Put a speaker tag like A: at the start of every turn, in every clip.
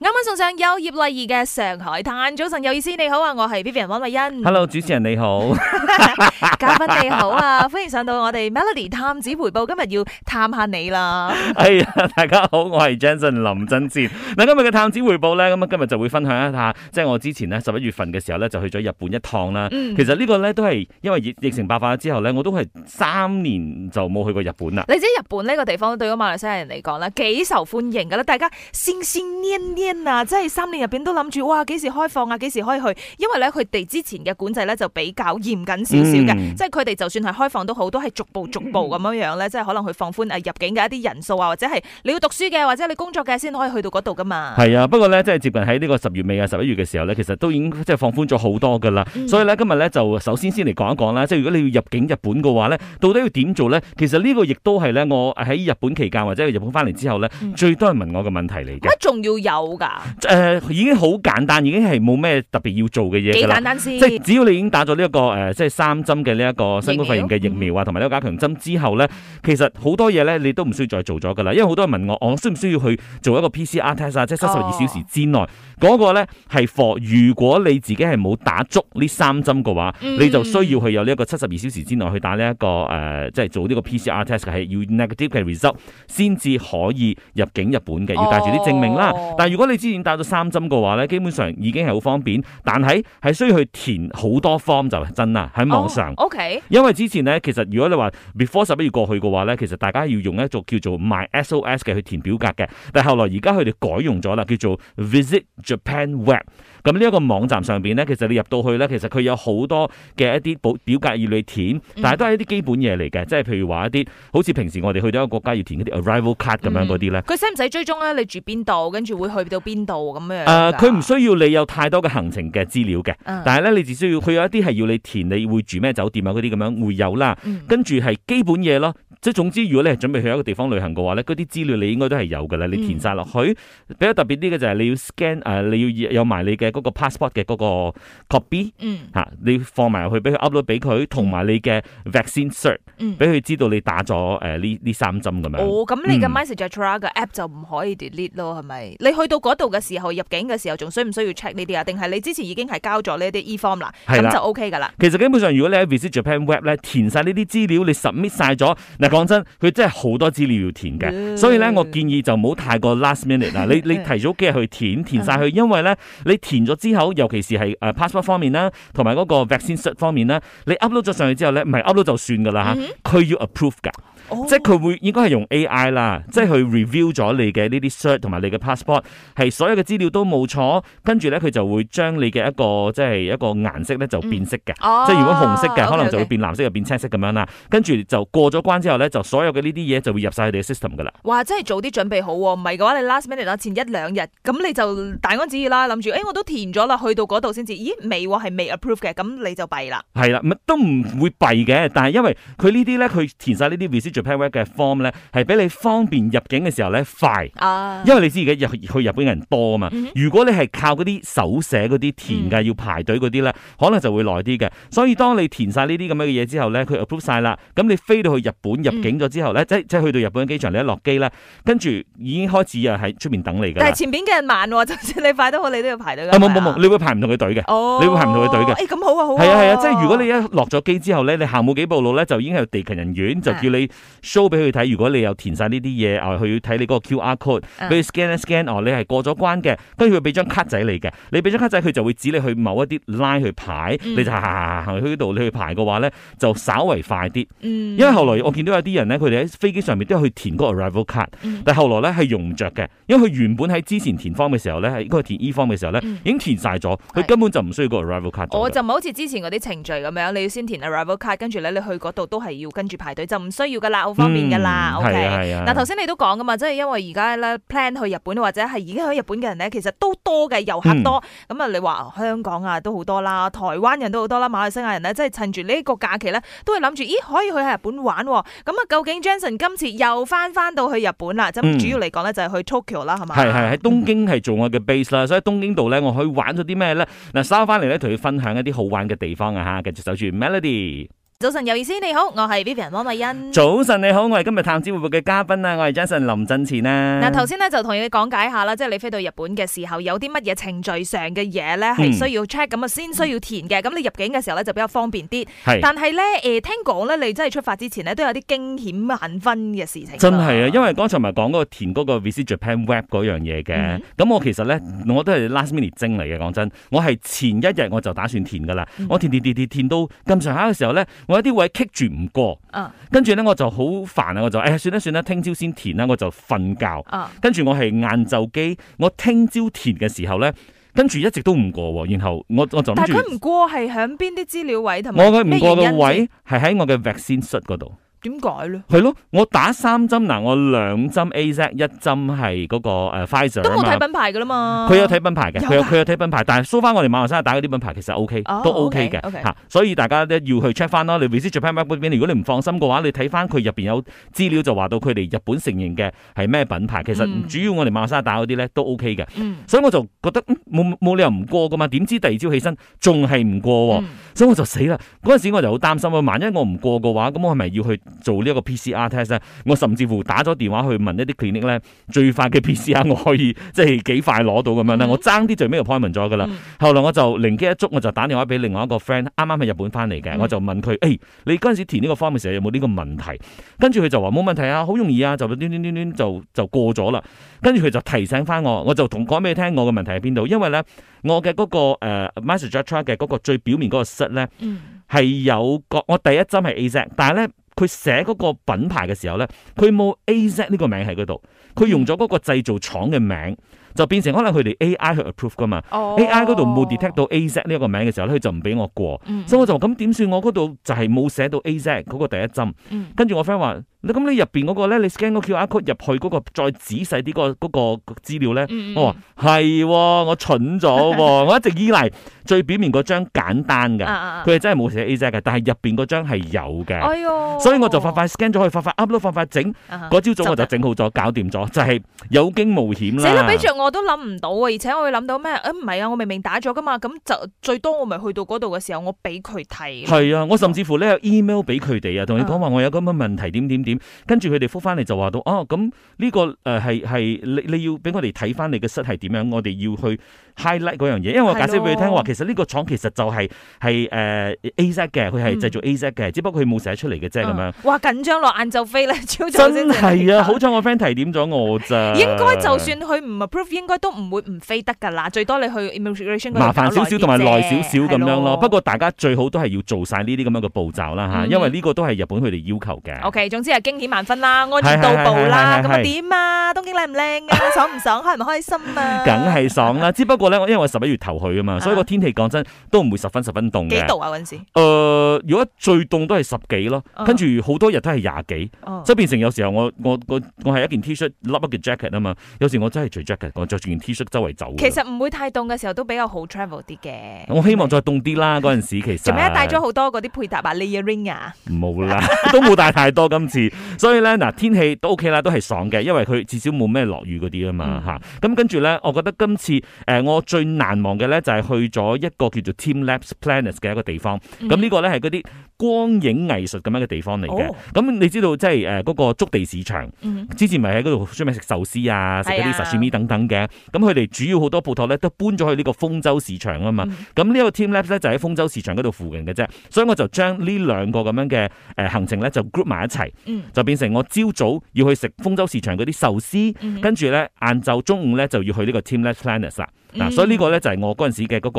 A: 啱啱送上有葉麗儀嘅《上海灘》，早晨有意思，你好啊，我係 Vivian 温慧欣。
B: Hello，主持人你好。
A: 嘉賓你好啊， 歡迎上到我哋 Melody 探子回報，今日要探下你啦。
B: 哎呀，大家好，我係 Jensen 林振志。嗱，今日嘅探子回報咧，咁啊今日就會分享一下，即係我之前咧十一月份嘅時候咧就去咗日本一趟啦。
A: 嗯
B: 其實呢個咧都係因為疫疫情爆發咗之後咧，我都係三年就冇去過日本啦。
A: 你知日本呢個地方對於馬來西亞人嚟講咧幾受歡迎㗎啦，大家先先黏黏啊，即係三年入邊都諗住哇幾時開放啊，幾時可以去？因為咧佢哋之前嘅管制咧就比較嚴謹少少嘅，
B: 嗯
A: 即係佢哋就算係開放都好，都係逐步逐步咁樣樣咧，即係可能去放寬誒入境嘅一啲人數啊，或者係你要讀書嘅或者你工作嘅先可以去到嗰度噶嘛。
B: 係啊，不過咧，即係接近喺呢個十月尾啊、十一月嘅時候咧，其實都已經即係放寬咗好多噶啦。
A: 嗯
B: 所以咧，今日咧就首先先嚟講一講啦，即係如果你要入境日本嘅話咧，到底要點做咧？其實呢個亦都係咧，我喺日本期間或者係日本翻嚟之後咧，
A: 嗯
B: 最多人問我嘅問題嚟嘅
A: 乜。仲要有㗎？
B: 誒、呃已經好簡單，已經係冇咩特別要做嘅嘢
A: 幾
B: 㗎啦
A: 簡。單先
B: 即。係只要你已經打咗呢一個誒、呃即係三針嘅呢一個新冠肺炎嘅
A: 疫
B: 疫
A: 苗
B: 苗啊，同埋呢個加強針之後咧，其實好多嘢咧你都唔需要再做咗㗎啦，因為好多人問我，我需唔需要去做一個 PCR test 啊，即係七十二
A: 哦
B: 小時之內嗰、個咧係 for 如果你自己係冇打足呢三針嘅話，
A: 嗯
B: 你就需要去有呢一個七十二小時之內去打呢、一個誒、呃即係做呢個 PCR test 嘅係要 negative 嘅 result 先至可以入境日本嘅，要帶住啲證明啦。
A: 哦
B: 但啊係如果你之前打咗三針嘅話咧，基本上已經係好方便，但係係需要去填好多 form 就係真啦喺
A: 哦
B: 網上。
A: O K，
B: 因為之前咧，其實如果你話 before 十一月過去嘅話咧，其實大家要用一種叫做 My SOS 嘅去填表格嘅，但係後來而家佢哋改用咗啦，叫做 Visit Japan Web。咁呢一個網站上邊咧，其實你入到去咧，其實佢有好多嘅一啲表表格要你填，但係都係一啲基本嘢嚟嘅，即係譬如話一啲好似平時我哋去到一個國家要填嗰啲 arrival card 咁樣嗰啲咧。
A: 佢使唔使追蹤啊咧？你住邊度，跟住會去到邊度咁樣㗎？
B: 誒，呃佢唔、需要你有太多嘅行程嘅資料嘅，
A: 嗯，
B: 但係咧你只需要佢有一啲係要你填，你會住咩酒店啊嗰啲咁樣會有啦。
A: 嗯
B: 跟住係基本嘢咯，即係總之，如果你係準備去一個地方旅行嘅話咧，嗰啲資料你應該都係有㗎啦，你填晒落去。
A: 嗯
B: 比較特別啲嘅就係你要 scan 誒、你要有埋你嘅嗰個 passport 嘅嗰個 copy
A: 嗯
B: 嚇、你放埋入去俾佢 upload 俾佢，同埋你嘅 vaccine cert
A: 嗯。
B: 俾佢知道你打咗誒呢呢三針咁樣。
A: 哦，咁你嘅
B: 嗯
A: message Tra 嘅 app 就唔可以 delete 咯，係咪？你去到嗰度嘅時候，入境嘅時候，仲需唔需要 check 呢啲啊？定係你之前已經係交咗呢啲 e form 啦，
B: 係啦
A: 咁就 OK 噶啦。
B: 其實基本上，如果你喺 Visit Japan Web 咧填晒呢啲資料，你 submit 晒咗，嗱講真，佢真係好多資料要填嘅，
A: 嗯
B: 所以咧我建議就唔好太過 last minute 啦，你你提早幾日去填，填晒佢，因為咧你填咗之後，尤其是係誒 passport 方面啦，同埋嗰個 vaccine cert 方面啦，你 upload 咗上去之後咧，唔係 upload 就算噶啦
A: 嗯
B: 嚇，佢要 approve 㗎。
A: 哦
B: 啊即係佢會應該係用 AI 啦，即係佢 review 咗你嘅呢啲 cert 同埋你嘅 passport，係所有嘅資料都冇錯，跟住咧佢就會將你嘅一個即係一個顏色咧就變色嘅。
A: 哦
B: 即係如果紅色嘅，可能就會
A: OK，OK
B: 變藍色，又變青色咁樣啦。跟住就過咗關之後咧，就所有嘅呢啲嘢就會入晒佢哋嘅 system 噶啦。
A: 哇，真係早啲準備好喎，唔係嘅話你 last minute 啦，前一兩日咁你就大安旨意啦，諗住誒我都填咗啦，去到嗰度先至，咦未喎係未 approve 嘅，咁你就弊啦。
B: 係啦，咪都唔會弊嘅。但係因為佢呢啲咧，佢填晒呢啲 Visit Japan Web 嘅 form 咧，係俾你方便入境嘅時候咧快。
A: 啊，
B: 因為你知而家日去日本嘅人多啊嘛
A: 嗯哼，
B: 如果你係靠嗰啲手寫嗰啲填嘅，要排隊嗰啲咧，可能就會耐啲嘅。所以當你填晒呢啲咁樣嘅嘢之後咧，佢 approve 晒啦，咁你飛到去日本入境咗之後咧，即即係去到日本嘅機場，你一落機咧，跟住已經開始又喺出面等你㗎
A: 但
B: 啦
A: 係。前邊嘅人慢喎，就算你快都好，你都要排隊㗎。
B: 啊冇
A: 係
B: 冇
A: 咪
B: 冇，，你會排唔同嘅隊嘅。
A: 哦，
B: 你會排唔到佢隊嘅
A: 誒咁好啊好啊。
B: 係啊係啊，即係如果你一落咗機之後咧，你行冇幾步路咧，就已經係地勤人員
A: 啊
B: 就叫你 show 俾佢睇。如果你有填晒呢啲嘢，啊，佢要睇你嗰個 QR code，
A: 啊
B: 俾佢 scan 一 scan，哦，你係過咗關嘅，跟住佢俾張卡仔你嘅，你俾張卡仔佢就會指你去某一啲 line 去排，
A: 嗯
B: 你就行行行行去嗰度，你去排嘅話咧就稍為快啲。
A: 嗯，
B: 因為後來我見到有啲人咧，佢哋喺飛機上面都有去填嗰個 arrival card，
A: 嗯
B: 但係後來咧係用唔着嘅，因為佢原本喺之前填 form 嘅時候咧，係應該係填 E form 嘅時候咧
A: 嗯
B: 已經填晒咗，佢
A: 係
B: 根本就唔需要個 arrival card 咗㗎。
A: 我就唔係好似之前嗰啲程序咁樣，你要先填 arrival
B: 嗯
A: card，跟住咧你去嗰度都係要跟住排隊，就唔需要噶啦，好方便噶啦。
B: 嗯
A: OK，
B: 係啊係啊
A: 嗱頭先你都講噶嘛，即係因為而家咧 plan 去日本或者係已經去日本嘅人咧，其實都多嘅遊
B: 嗯
A: 客多。咁啊、你話香港啊都好多啦，台灣人都好多啦，馬來西亞人咧，即係趁住呢個假期咧，都係諗住，咦可以去下日本玩喎。咁啊，究竟 Johnson 今次又翻翻到去日本啦？咁
B: 嗯
A: 主要嚟講咧就係去 Tokyo 啦，係嘛？
B: 係係喺東京係做我嘅 base 啦，所以喺東京度咧，我可以玩咗啲咩咧？嗱，稍翻嚟咧，同佢分享一啲好玩嘅地方啊吓，繼續守住 Melody。
A: 早晨有意思，你好，我係 Vivian 汪慧欣。
B: 早晨你好，我係今日探子回報嘅嘉賓啊，我係 Jason 林振前啊。
A: 嗱，頭先咧就同你講解下啦，即係你飛到日本嘅時候，有啲乜嘢程序上嘅嘢咧係
B: 嗯
A: 需要 check 咁啊，先需要填嘅。咁你入境嘅時候咧就比較方便啲。
B: 係
A: 但係咧，誒聽講咧，你真係出發之前咧都有啲驚險萬分嘅事情。
B: 真係啊，因為剛才咪講嗰個填嗰個 Visit Japan Web 嗰樣嘢嘅，
A: 嗯
B: 咁、我其實咧我都係 last minute 精嚟嘅，講真，我係前一日我就打算填噶啦，
A: 嗯
B: 我填填填填填到咁上下嘅時候咧，我有啲位棘住唔過，
A: 啊
B: 跟住咧我就好煩啊，我就誒、哎算啦算啦，聽朝先填啦，我就瞓覺，
A: 啊，
B: 跟住我係晏晝機，我聽朝填嘅時候咧，跟住一直都唔過喎，然後我我就諗
A: 但係
B: 住
A: 佢唔過係響邊啲資料位同埋
B: 我嘅唔過
A: 咩原
B: 嘅
A: 因
B: 位係喺我嘅 vaccine 室嗰度。
A: 點解咧？
B: 係咯，我打三針嗱，我兩針 A Z，一針係嗰個誒 Pfizer
A: 都冇
B: 啊
A: 睇
B: 嘛。
A: 品牌噶啦嘛。
B: 佢有睇品牌嘅，
A: 有
B: 佢有
A: 㗎
B: 佢有睇品牌，但係 so far 我哋馬來西亞打嗰啲品牌其實 O K，
A: 哦
B: 都 O K 嘅
A: OK，OK
B: 嚇所以大家咧要去 check 翻咯。你 visit Japan Web 嗰邊，如果你唔放心嘅話，你睇翻佢入邊有資料就話到佢哋日本承認嘅係咩品牌，其
A: 嗯
B: 實主要我哋馬來西亞打嗰啲咧都 O K 嘅，
A: 嗯。
B: 所以我就覺得嗯冇冇理由唔過噶嘛，點知第二朝起身仲係唔過喎。
A: 嗯
B: 所以我就死啦！嗰陣時我就好擔心啊，萬一我唔過嘅話，咁我係咪要去做呢一個 PCR test 咧？我甚至乎打咗電話去問一啲 clinic 咧，最快嘅 PCR 我可以即係幾快攞到咁樣咧？
A: 嗯
B: 我爭啲最尾 appointment 咗噶啦。
A: 嗯
B: 後來我就靈機一觸，我就打電話俾另外一個 friend，啱啱喺日本翻嚟嘅，
A: 嗯
B: 我就問佢：，誒、你嗰陣時填呢個 form 嘅時候有冇呢個問題？跟住佢就話冇問題啊，好容易啊，就端端端端就就過咗啦。跟住佢就提醒翻我，我就同講俾你聽我嘅問題喺邊度，因為咧我嘅嗰、個誒 m a s t e r track 嘅嗰個最表面嗰個室咧。
A: 嗯
B: 係有個我第一針係 AZ，但係咧佢寫嗰個品牌嘅時候咧，佢冇 AZ 呢個名喺嗰度，佢用咗嗰個製造廠嘅名，就變成可能佢哋 AI 去 approve 噶嘛、
A: 哦
B: a i 嗰度冇 detect 到 AZ 呢一個名嘅時候咧，佢就唔俾我過，
A: 嗯
B: 所以我就話咁點算？我嗰度就係冇寫到 AZ 嗰個第一針，
A: 嗯
B: 跟住我 friend 話：你咁你入邊嗰個咧，你 scan 個 QR code 入去嗰個再仔細啲嗰個嗰個資料咧。
A: 嗯嗯
B: 我話係喎，我蠢咗 喎，我一直依賴最表面嗰張簡單嘅
A: 啊。啊啊
B: 佢係真係冇寫 A Z 嘅，但係入邊嗰張係有嘅，
A: 哎呦，
B: 所以我就快快 scan 咗去，快快 upload，快快整。
A: 啊
B: 嗰朝早我就整好咗，搞掂咗，就係有驚無險
A: 死啦！
B: 啦
A: 俾。着我都諗唔到啊，而且我會諗到咩？誒唔係啊，我明明打咗噶嘛，咁就最多我咪去到嗰度嘅時候，我俾佢睇。
B: 係啊，我甚至乎
A: 哦
B: 咧有 email 俾佢哋啊，同你講話我有咁嘅問題點點點，跟住佢哋覆翻嚟就話到哦，咁呢個誒呃係係你你要俾我哋睇翻你嘅室係點樣，我哋要去 highlight 嗰樣嘢，因為我解釋俾佢
A: 係
B: 聽
A: 咯
B: 話，其實呢個廠其實就係係誒 A Z 嘅，佢係製造 A Z 嘅，只不過佢冇寫出嚟嘅啫咁樣
A: 嗯。哇緊張落晏晝飛咧， 朝早
B: 真
A: 先
B: 係啊，好彩我 friend 提點咗我咋。
A: 應該就算佢唔 approve，應該都唔會唔飛得㗎啦。最多你去 immigration 嗰度
B: 麻煩少少同埋
A: 搞啲
B: 耐
A: 啫
B: 少少咁樣
A: 係
B: 咯。不過大家最好都係要做晒呢啲咁樣嘅步驟啦嚇，
A: 嗯
B: 因為呢個都係日本佢哋要求嘅。
A: OK，總之係驚險萬分啦，安全到步啦，
B: 係係係係係
A: 咁啊點啊？東京靚唔靚 啊？爽唔爽？開唔開心啊？
B: 梗係 爽啦，只不過咧，因為我十一月頭去啊嘛，
A: 啊
B: 所以個天氣講真都唔會十分十分凍嘅
A: 幾。度啊？嗰陣時，
B: 誒、如果最凍都係十幾咯，
A: 啊
B: 跟住好多日都係廿幾，
A: 哦
B: 所以變成有時候我我我我係一件 T 恤笠一件 jacket 啊嘛，有時我真係除 jacket，我着住件 T 恤周圍走嘅。
A: 其實唔會太凍嘅時候都比較好 travel 啲嘅。
B: 我希望再凍啲啦，嗰陣時其實
A: 做咩帶咗好多嗰啲配搭啊，layer ring 啊？
B: 冇啦， 都冇帶太多今次，所以咧嗱天氣都 OK 啦，都係爽嘅，因為佢至少冇咩落雨嗰啲啊嘛
A: 嗯
B: 嚇。咁、跟住咧，我覺得今次誒、呃我最難忘嘅咧就係去咗一個叫做 Team Labs Planet 嘅一個地方。
A: 嗯
B: 咁呢、個咧係嗰啲光影藝術咁樣嘅地方嚟嘅。
A: 哦
B: 咁、你知道即係誒嗰個築地市場。
A: 嗯
B: 之前咪喺嗰度專門食壽司啊，食嗰啲
A: 係啊
B: sashimi 等等嘅。咁佢哋主要好多鋪頭咧都搬咗去呢個豐州市場啊嘛。
A: 嗯
B: 咁呢個 Team Labs 咧就喺豐州市場嗰度附近嘅啫，所以我就將呢兩個咁樣嘅誒行程咧就 group 埋一齊，
A: 嗯
B: 就變成我朝早要去食豐州市場嗰啲壽司。
A: 嗯
B: 跟住咧，晏晝中午咧就要去呢個 Team Labs Planners 啦。嗱、
A: 嗯
B: 所以呢個咧就係我嗰陣時嘅嗰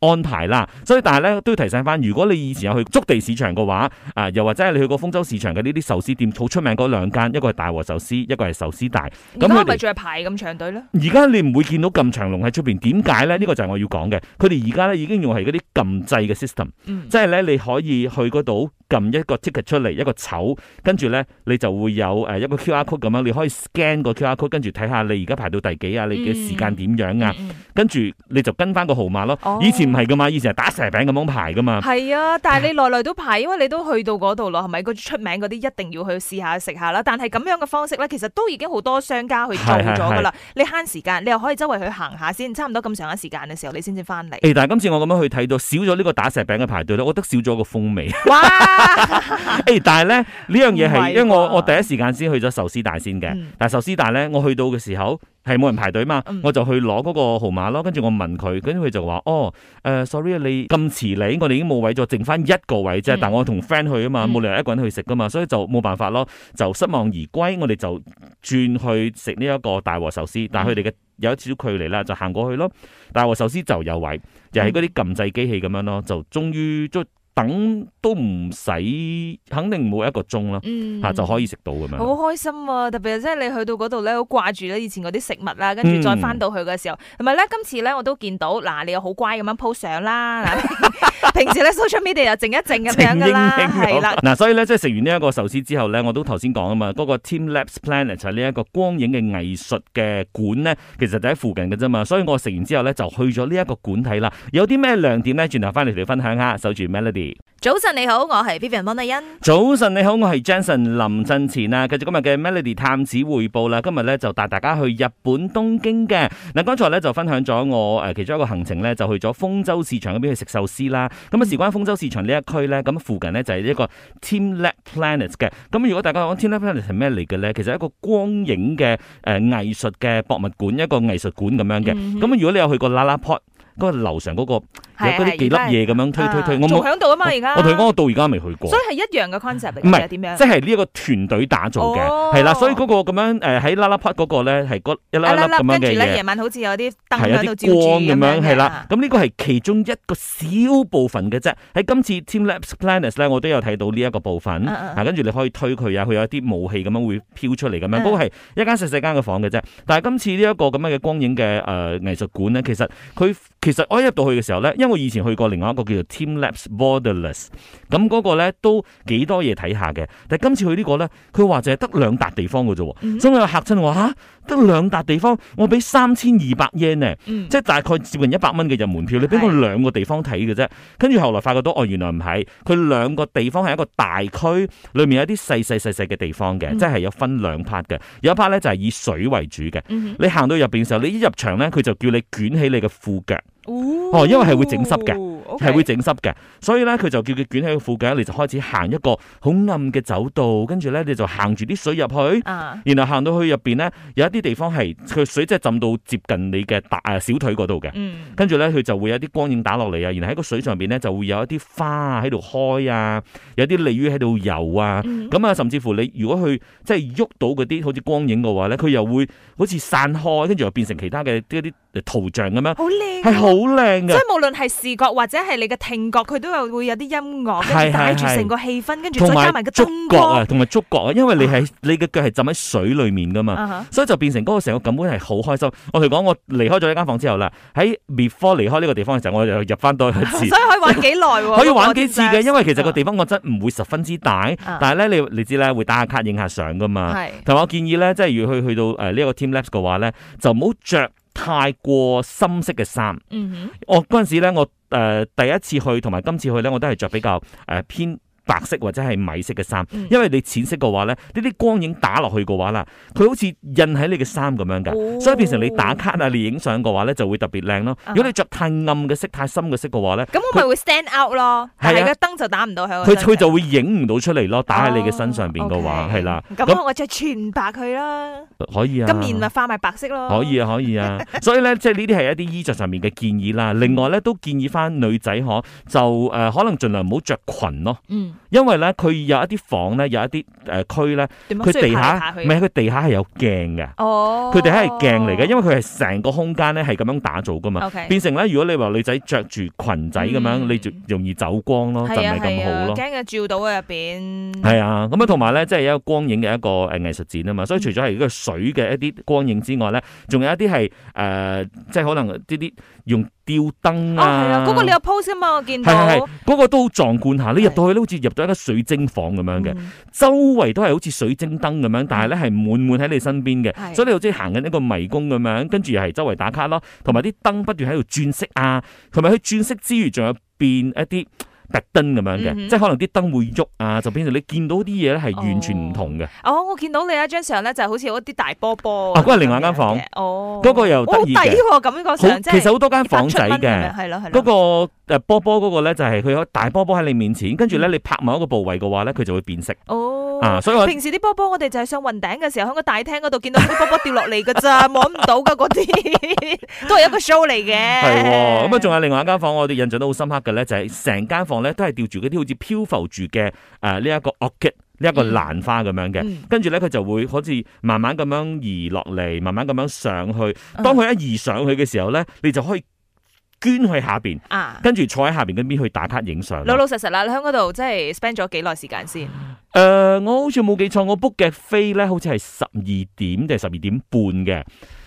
B: 個安排啦。所以但係咧都要提醒翻，如果你以前有去築地市場嘅話，啊，又或者係你去過豐州市場嘅呢啲壽司店，好出名嗰兩間，一個係大和壽司，一個係壽司大。
A: 咁係
B: 咁佢
A: 咪
B: 哋
A: 仲係排咁長隊咧？
B: 而家你唔會見到咁長龍喺出邊，點解咧？呢、個就係我要講嘅。佢哋而家咧已經用係嗰啲撳掣嘅 system。
A: 嗯
B: 即係咧，你可以去嗰度撳一個 ticket 出嚟，一個籌，跟住咧你就會有誒一個 QR code 咁樣，你可以 scan 個 QR code，跟住睇下你而家排到第幾啊，你嘅時間點樣啊，
A: 嗯嗯
B: 跟住你就跟翻個號碼咯。
A: 哦
B: 以前唔係噶嘛，以前係打蛇餅咁樣排噶嘛。
A: 係啊，但係你來來都排，因為你都去到嗰度咯，係咪？嗰出名嗰啲一定要去試下食下啦。但係咁樣嘅方式咧，其實都已經好多商家去做咗噶啦。你慳時間，你又可以周圍去行下先，差唔多咁上下時間嘅 時候，你先至翻嚟。
B: 誒，但係今次我咁樣去睇到少咗呢個打蛇餅嘅排隊咧，我覺得少咗個風味。
A: 哇！啦。
B: 誒，但係咧呢樣嘢
A: 唔係
B: 係，
A: 啩
B: 因為我我第一時間先去咗壽司大先嘅，
A: 嗯
B: 但係壽司大咧，我去到嘅時候係冇人排隊嘛，
A: 嗯
B: 我就去攞嗰個號碼咯，跟住我問佢，跟住佢就話：哦，誒、s o r r y 你咁遲嚟，我哋已經冇位咗，剩翻一個位啫。
A: 嗯
B: 但我同 friend 去啊嘛，
A: 嗯
B: 冇理由一個人去食噶嘛，所以就冇辦法咯，就失望而歸。我哋就轉去食呢一個大和壽司，
A: 嗯
B: 但係佢哋嘅有一少距離啦，就行過去咯。大和壽司就有位，又
A: 嗯
B: 係嗰啲撳掣機器咁樣咯，就終於都等都唔使，肯定冇一個鐘啦，
A: 嗯
B: 嚇、就可以食到咁樣。
A: 好開心啊！特別係即係你去到嗰度咧，好掛住咧以前嗰啲食物啦，跟住再翻到去嘅時候，同埋咧今次咧我都見到嗱，你又好乖咁樣 po 相啦，嗱 平時咧 social media 又靜一靜咁樣噶啦，
B: 正英英咁
A: 係啦，
B: 嗱，所以咧，即係食完呢一個壽司之後咧，我都頭先講啊嘛，嗰、個 Team Labs Planet 就係呢一個光影嘅藝術嘅館咧，其實就喺附近嘅啫嘛。所以我食完之後咧，就去咗呢一個館睇啦。有啲咩亮點咧？轉頭翻嚟同你分享下，守住 Melody。
A: 早晨你好，我係 Vivian 温麗欣。
B: 早晨，你好，我係 Jensen 林振前啊。繼續今日嘅 Melody 探子匯報啦。今日咧就帶大家去日本東京嘅。嗱，剛才咧就分享咗我誒其中一個行程咧，就去咗豐州市場嗰邊去食壽司啦。咁
A: 嗯
B: 啊，事關豐州市場呢一區咧，咁附近咧就係一個 Team Lab Planet 嘅。咁如果大家講 Team Lab Planet 係咩嚟嘅咧，其實係一個光影嘅誒藝術嘅博物館，一個藝術館咁樣嘅。
A: 嗯
B: 咁如果你有去過 Lala Pot 嗰個樓上嗰個有嗰啲幾粒嘢咁樣推推推，我
A: 仲
B: 冇，
A: 響度啊嘛啊而家。
B: 我同你講，我到而家未去過
A: 所。以係一樣嘅 concept 嚟
B: 唔
A: 嘅，
B: 係
A: 點樣？
B: 即係呢一個團隊打造嘅，
A: 啊哦
B: 係啦、所以嗰個咁樣誒喺啦啦 part 嗰個咧係嗰一粒一粒咁樣
A: 跟住
B: 嘅
A: 咧
B: 嘢。
A: 夜晚好似有啲燈
B: 係
A: 喺
B: 有
A: 度
B: 啲
A: 照住
B: 光咁樣，
A: 樣嘅
B: 係啦。。咁呢個係其中一個小部分嘅啫。喺今次 Team Labs Planet 咧，我都有睇到呢一個部分。
A: 嗯嗯
B: 啊，跟住你可以推佢啊，佢有一啲武器咁樣會飄出嚟咁樣。
A: 嗯
B: 嗰個係一間細細間嘅房嘅啫。但係今次呢一個咁樣嘅光影嘅誒藝術館咧，其實佢其實我一入到去嘅時候咧，因為我以前去過另外一個叫做 Team Labs Borderless，咁嗰個咧都幾多嘢睇下嘅。但係今次去呢個咧，佢話就係得兩笪地方嘅啫喎，
A: 嗯
B: 所以我嚇親我嚇，得兩笪地方，我俾三千二百 yen 呢。
A: 嗯
B: 即係大概接近一百蚊嘅入門票，你俾我
A: 係
B: 兩個地方睇嘅啫。跟住後來發覺到，哦，原來唔係，佢兩個地方係一個大區，裡面有啲細細細細嘅地方嘅，
A: 嗯
B: 即係有分兩 part 嘅。有一 part 咧就係以水為主嘅。
A: 嗯
B: 你行到入邊嘅時候，你一入場咧，佢就叫你捲起你嘅褲腳，
A: 哼
B: 哦因為係會整濕嘅
A: 哦，OK
B: 係會整濕嘅。所以咧，佢就叫佢捲起個褲腳，你就開始行一個好暗嘅走道，跟住咧你就行住啲水入去。
A: 啊，
B: 然後行到去入邊咧，有一啲地方係佢水即係浸到接近你嘅大誒小腿嗰度嘅，
A: 嗯，
B: 跟住咧，佢就會有啲光影打落嚟啊，然後喺個水上邊咧就會有一啲花啊喺度開啊，有啲鯉魚喺度游啊，
A: 嗯
B: 咁啊、甚至乎你如果去即係喐到嗰啲好似光影嘅話咧，佢又會好似散開，跟住又變成其他嘅一啲圖像咁樣，
A: 好靚啊，
B: 係好靚
A: 即
B: 嘅。
A: 係無論係視覺或者係你嘅聽覺，佢都有會有啲音樂，跟住
B: 係係
A: 帶住
B: 係
A: 成個氣氛，跟住
B: 同
A: 再
B: 埋
A: 加埋個
B: 觸
A: 燈
B: 覺啊，
A: 光。
B: 同埋觸覺啊，因為你係你嘅腳係浸喺水裡面噶嘛，
A: 啊哈
B: 所以就變成嗰個成個感官係好開心。我同你講，我離開咗呢間房之後啦，喺 before 離開呢個地方嘅時候，我又入翻多一
A: 所
B: 次
A: 以。可以玩幾耐喎？
B: 可以玩幾次嘅，因為其實個
A: 個
B: 地方我真唔會十分之大，
A: 啊
B: 但係咧你你知咧會打下卡影下相噶嘛。
A: 係
B: 同埋我建議咧，即係如果去去到誒呢一個 Team Labs 嘅話咧，就唔好着太過深色嘅衫。
A: 嗯
B: 我嗰陣時咧，我誒、呃第一次去同埋今次去咧，我都係着比較誒、呃偏白色或者係米色嘅衫，
A: 嗯
B: 因為你淺色嘅話咧，呢啲光影打落去嘅話啦，佢好似印喺你嘅衫咁樣㗎。
A: 哼，
B: 所以變成你打
A: 哦
B: 卡啊，你影相嘅話咧，就會特別靚咯。
A: 啊
B: 如果你着太暗嘅色、太深嘅色嘅話咧，
A: 咁我咪會 stand out 咯，但係
B: 係
A: 個燈哦就打唔到響個
B: 佢
A: 身
B: 佢
A: 上。
B: 就會影唔到出嚟咯，打喺你嘅身上邊嘅
A: 哦
B: 話，
A: ，OK
B: 係啦，
A: 咁
B: 咁
A: 我着全白佢啦，
B: 可以啊，
A: 今年咪化埋白色咯。
B: 可以啊，可以 啊，所以咧，即係呢啲係一啲衣着上面嘅建議啦。另外咧，都建議翻女仔可就誒、呃可能盡量唔好着裙咯，
A: 嗯，
B: 因為咧佢有一啲房咧，有一啲誒區咧，
A: 點樣
B: 佢地
A: 需要爬嚟
B: 下
A: 爬
B: 唔
A: 去
B: 係佢地下係有鏡嘅，
A: 哦，
B: 佢地下係鏡嚟嘅，因為佢係成個空間咧係咁樣打造噶嘛。
A: O K，
B: 變成咧，如果你話女仔着住裙仔咁樣，
A: 嗯
B: 你就容易走光咯，就唔係咁好咯。
A: 啊驚佢照到啊入邊。
B: 係啊，咁啊，同埋咧，即係一個光影嘅一個誒藝術展啊嘛，
A: 嗯
B: 所以除咗係呢個水嘅一啲光影之外咧，仲有一啲係誒，即係可能呢啲用吊燈
A: 哦，係
B: 啊，
A: 啊，嗰個你有 post 噶嘛？我見到
B: 係係係嗰個都好壯觀下。你入到去咧，好似入咗一個水晶房咁樣嘅，
A: 嗯
B: 周圍都係好似水晶燈咁樣，但係咧係滿滿喺你身邊嘅，
A: 嗯係
B: 所以你好似行緊一個迷宮咁樣，跟住又係周圍打卡咯，同埋啲燈不斷喺度轉色啊，同埋佢轉色之餘仲有變一啲。特登咁樣嘅，
A: 嗯哼
B: 即係可能啲燈會喐啊，就變成你見到啲嘢咧係完全唔同嘅。
A: 哦，我見到你一張相咧，就好似嗰啲大波波
B: 啊嗰
A: 咁
B: 係另外一間房
A: 樣嘅哦，
B: 嗰個又得意嘅
A: 好抵喎，咁呢個
B: 好，
A: 相
B: 其實好多間房仔嘅。
A: 係咯係咯，
B: 嗰個誒呃波波嗰個咧就係佢有大波波喺你面前，跟住咧你拍某一個部位嘅話咧，佢就會變色
A: 嗯哦。
B: 啊！所以我
A: 平時啲波波，我哋就係上雲頂嘅時候，喺個大廳嗰度見到啲波波掉落嚟噶 咋，摸唔到噶嗰啲，都係一個 show 嚟嘅。
B: 係喎，咁啊，仲有另外一間房，我哋印象都好深刻嘅咧，就係成間房咧都係吊住嗰啲好似漂浮住嘅誒呢一個 orchid 呢一個蘭花咁樣嘅，
A: 嗯
B: 跟住咧佢就會好似慢慢咁樣移落嚟，慢慢咁樣上去。
A: 嗯
B: 當佢一移上去嘅時候咧，你就可以捐去下邊，
A: 啊，
B: 跟住坐喺下邊嗰邊去打卡影相。
A: 老老實實啦，你喺嗰度即係 spend 咗幾耐時間先？
B: 誒、我好似冇記錯，我 book 嘅飛咧，好似係十二點定係十二點半嘅。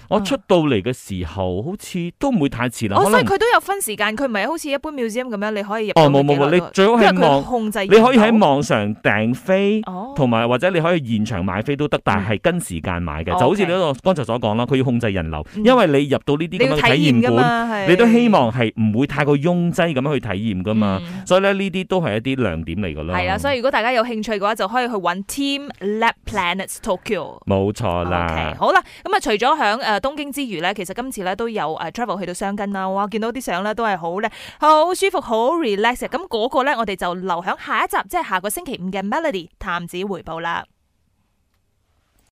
B: 我出到嚟嘅時候，好似都唔會太遲啦。
A: 嗯哦，
B: 可
A: 所以
B: 能
A: 佢都有分時間，佢唔係好似一般 museum 咁樣，你可以入
B: 哦，
A: 到
B: 冇
A: 去幾
B: 冇冇，
A: 耐
B: 你
A: 都
B: 最好
A: 因為
B: 喺
A: 佢
B: 網，
A: 控制唔
B: 你
A: 到，
B: 可以喺網上訂飛。
A: 哦，嗯
B: 同埋或者你可以現場買飛都得，但係跟時間買嘅，
A: 哦
B: 就好似你嗰個剛才所講啦，佢要控制人流，
A: 嗯
B: 因為你入到呢啲
A: 你
B: 咁
A: 要
B: 嘅
A: 體
B: 體
A: 驗
B: 驗
A: 噶
B: 館，
A: 嘛，係
B: 你都希望係唔會太過擁擠咁樣去體驗噶嘛，
A: 嗯
B: 所以咧呢啲都係一啲亮點嚟噶啦。
A: 係啦，所以如果大家有興趣嘅話，就可以去揾 Team Lab Planets Tokyo。
B: 冇錯
A: O.K.
B: 啦，
A: 好啦，咁啊，除咗響誒東京之餘咧，其實今次咧都有誒 travel 去到箱根啊啦，哇！見到啲相咧都係好咧，好舒服，好啊 relax 嘅。咁嗰個咧，我哋就留響下一集，即係下個星期五嘅 Melody 探子回報啦。